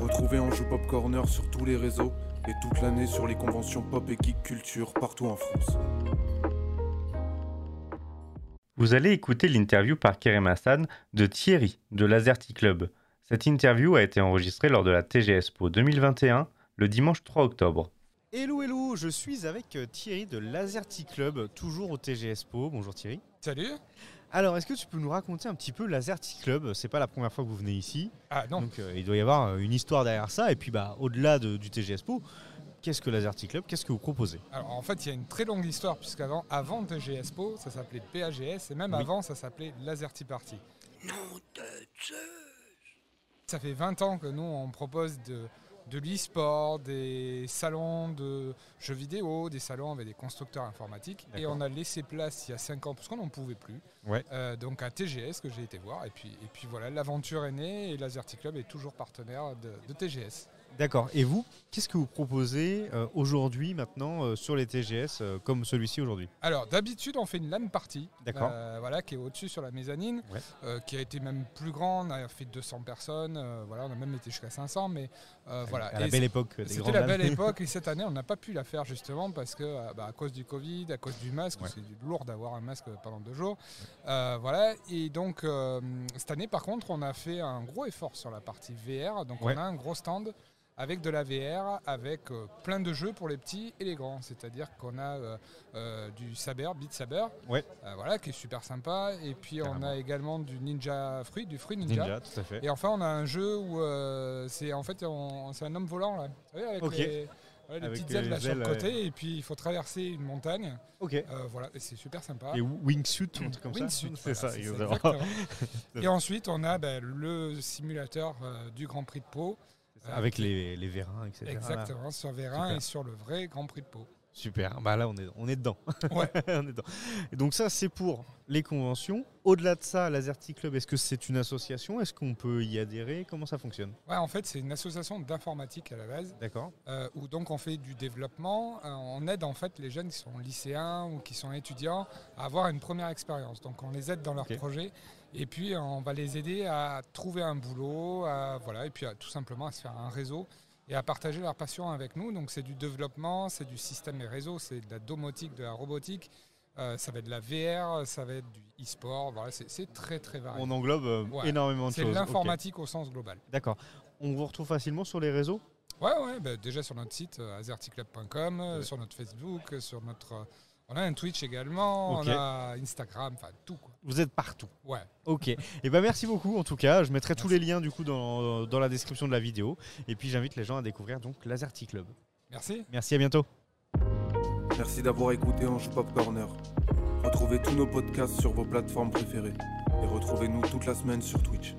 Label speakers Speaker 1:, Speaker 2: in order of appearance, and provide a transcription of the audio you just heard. Speaker 1: Retrouvez Anjou Pop Corner sur tous les réseaux et toute l'année sur les conventions pop et geek culture partout en France.
Speaker 2: Vous allez écouter l'interview par Kerem Hassan de Thierry de Lazerty Club. Cette interview a été enregistrée lors de la TGS Po 2021 le dimanche 3 octobre.
Speaker 3: Hello, hello, je suis avec euh, Thierry de Lazerty Club, toujours au TGS Po. Bonjour Thierry.
Speaker 4: Salut
Speaker 3: Alors, est-ce que tu peux nous raconter un petit peu Lazerty Club C'est pas la première fois que vous venez ici,
Speaker 4: Ah non,
Speaker 3: donc euh, il doit y avoir euh, une histoire derrière ça. Et puis, bah, au-delà de- du TGS Po, qu'est-ce que Lazerty Club Qu'est-ce que vous proposez
Speaker 4: alors en fait il y a une très longue histoire puisqu'avant avant TGS Po ça s'appelait PAGS et même
Speaker 3: Oui.
Speaker 4: avant ça s'appelait Laser Tea Party. Ça fait 20 ans que nous on propose de, de l'e-sport, des salons de jeux vidéo, des salons avec des constructeurs informatiques et
Speaker 3: D'accord.
Speaker 4: on a laissé place il y a 5 ans parce qu'on n'en pouvait plus.
Speaker 3: Ouais.
Speaker 4: Euh, donc à TGS que j'ai été voir et puis, et puis voilà l'aventure est née et Laser Tea Club est toujours partenaire de- de TGS.
Speaker 3: D'accord. Et vous, qu'est-ce que vous proposez euh, aujourd'hui, maintenant, euh, sur les TGS, euh, comme celui-ci aujourd'hui
Speaker 4: Alors d'habitude on fait une LAN party,
Speaker 3: D'accord.
Speaker 4: Euh, voilà qui est au-dessus sur la mezzanine,
Speaker 3: Ouais.
Speaker 4: euh, qui a été même plus grande, on a fait 200 personnes, euh, voilà on a même été jusqu'à 500, mais euh, voilà.
Speaker 3: À la
Speaker 4: Et
Speaker 3: belle époque des
Speaker 4: c'était
Speaker 3: grandes
Speaker 4: la
Speaker 3: dames.
Speaker 4: belle époque et cette année on n'a pas pu la faire justement parce que euh, bah, à cause du Covid, à cause du masque,
Speaker 3: Ouais.
Speaker 4: c'est lourd d'avoir un masque pendant deux jours, Euh, voilà. Et donc euh, cette année par contre on a fait un gros effort sur la partie VR, donc
Speaker 3: Ouais.
Speaker 4: on a un gros stand avec de la VR, avec euh, plein de jeux pour les petits et les grands, c'est-à-dire qu'on a euh, euh, du Saber, Beat Saber,
Speaker 3: Ouais.
Speaker 4: euh, voilà qui est super sympa, et puis on
Speaker 3: Carrément.
Speaker 4: a également du Ninja Fruit, du Fruit Ninja.
Speaker 3: Ninja, tout à fait.
Speaker 4: Et enfin, on a un jeu où euh, c'est en fait on- c'est un homme volant là. Vous savez, avec
Speaker 3: Ok.
Speaker 4: les, ouais, les
Speaker 3: Avec euh,
Speaker 4: petites
Speaker 3: les
Speaker 4: ailes là sur le
Speaker 3: ailes,
Speaker 4: côté et puis il faut traverser une montagne.
Speaker 3: Ok.
Speaker 4: Euh, voilà, et c'est super sympa.
Speaker 3: Et wingsuit, ou un truc comme
Speaker 4: Wingsuit,
Speaker 3: ça.
Speaker 4: voilà, c'est ça, exactement. et ensuite, on a ben, le simulateur euh, du Grand Prix de Pau,
Speaker 3: Ça, Avec les, les vérins, etc.
Speaker 4: exactement sur Vérin
Speaker 3: Super.
Speaker 4: et sur le vrai Grand Prix de Pau.
Speaker 3: Super. Bah là, on est, on est dedans.
Speaker 4: Ouais.
Speaker 3: on est dedans. Et donc ça, c'est pour les conventions. Au-delà de ça, l'Azerty Club, est-ce que c'est une association Est-ce qu'on peut y adhérer Comment ça fonctionne
Speaker 4: Ouais, en fait, c'est une association d'informatique à la base.
Speaker 3: D'accord.
Speaker 4: euh, où donc on fait du développement, euh, on aide en fait les jeunes qui sont lycéens ou qui sont étudiants à avoir une première expérience. Donc on les aide dans leurs
Speaker 3: Ok.
Speaker 4: projets et puis euh, on va les aider à trouver un boulot, à- voilà, et puis à- tout simplement à se faire un réseau et à partager leur passion avec nous. Donc c'est du développement, c'est du système et réseau, c'est de la domotique, de la robotique, euh, ça va être de la VR, ça va être du e-sport, voilà, c'est c'est très très varié.
Speaker 3: On englobe euh,
Speaker 4: Ouais.
Speaker 3: énormément de
Speaker 4: C'est
Speaker 3: choses.
Speaker 4: de
Speaker 3: Ok.
Speaker 4: l'informatique au sens global.
Speaker 3: D'accord. On vous retrouve facilement sur les réseaux
Speaker 4: Ouais, ouais, bah, déjà sur notre site, euh, azerticlub.com, euh,
Speaker 3: Ouais.
Speaker 4: sur notre Facebook, euh, sur notre. euh, on a un Twitch également,
Speaker 3: Ok.
Speaker 4: on a Instagram, enfin tout quoi.
Speaker 3: Vous êtes partout.
Speaker 4: Ouais.
Speaker 3: Ok. Et ben merci beaucoup en tout cas. Je mettrai tous les
Speaker 4: Merci.
Speaker 3: liens du coup dans, dans la description de la vidéo. Et puis j'invite les gens à découvrir donc l'Azerty Club.
Speaker 4: Merci.
Speaker 3: Merci à bientôt.
Speaker 1: Merci d'avoir écouté Anjou Pop Corner. Retrouvez tous nos podcasts sur vos plateformes préférées et retrouvez-nous toute la semaine sur Twitch.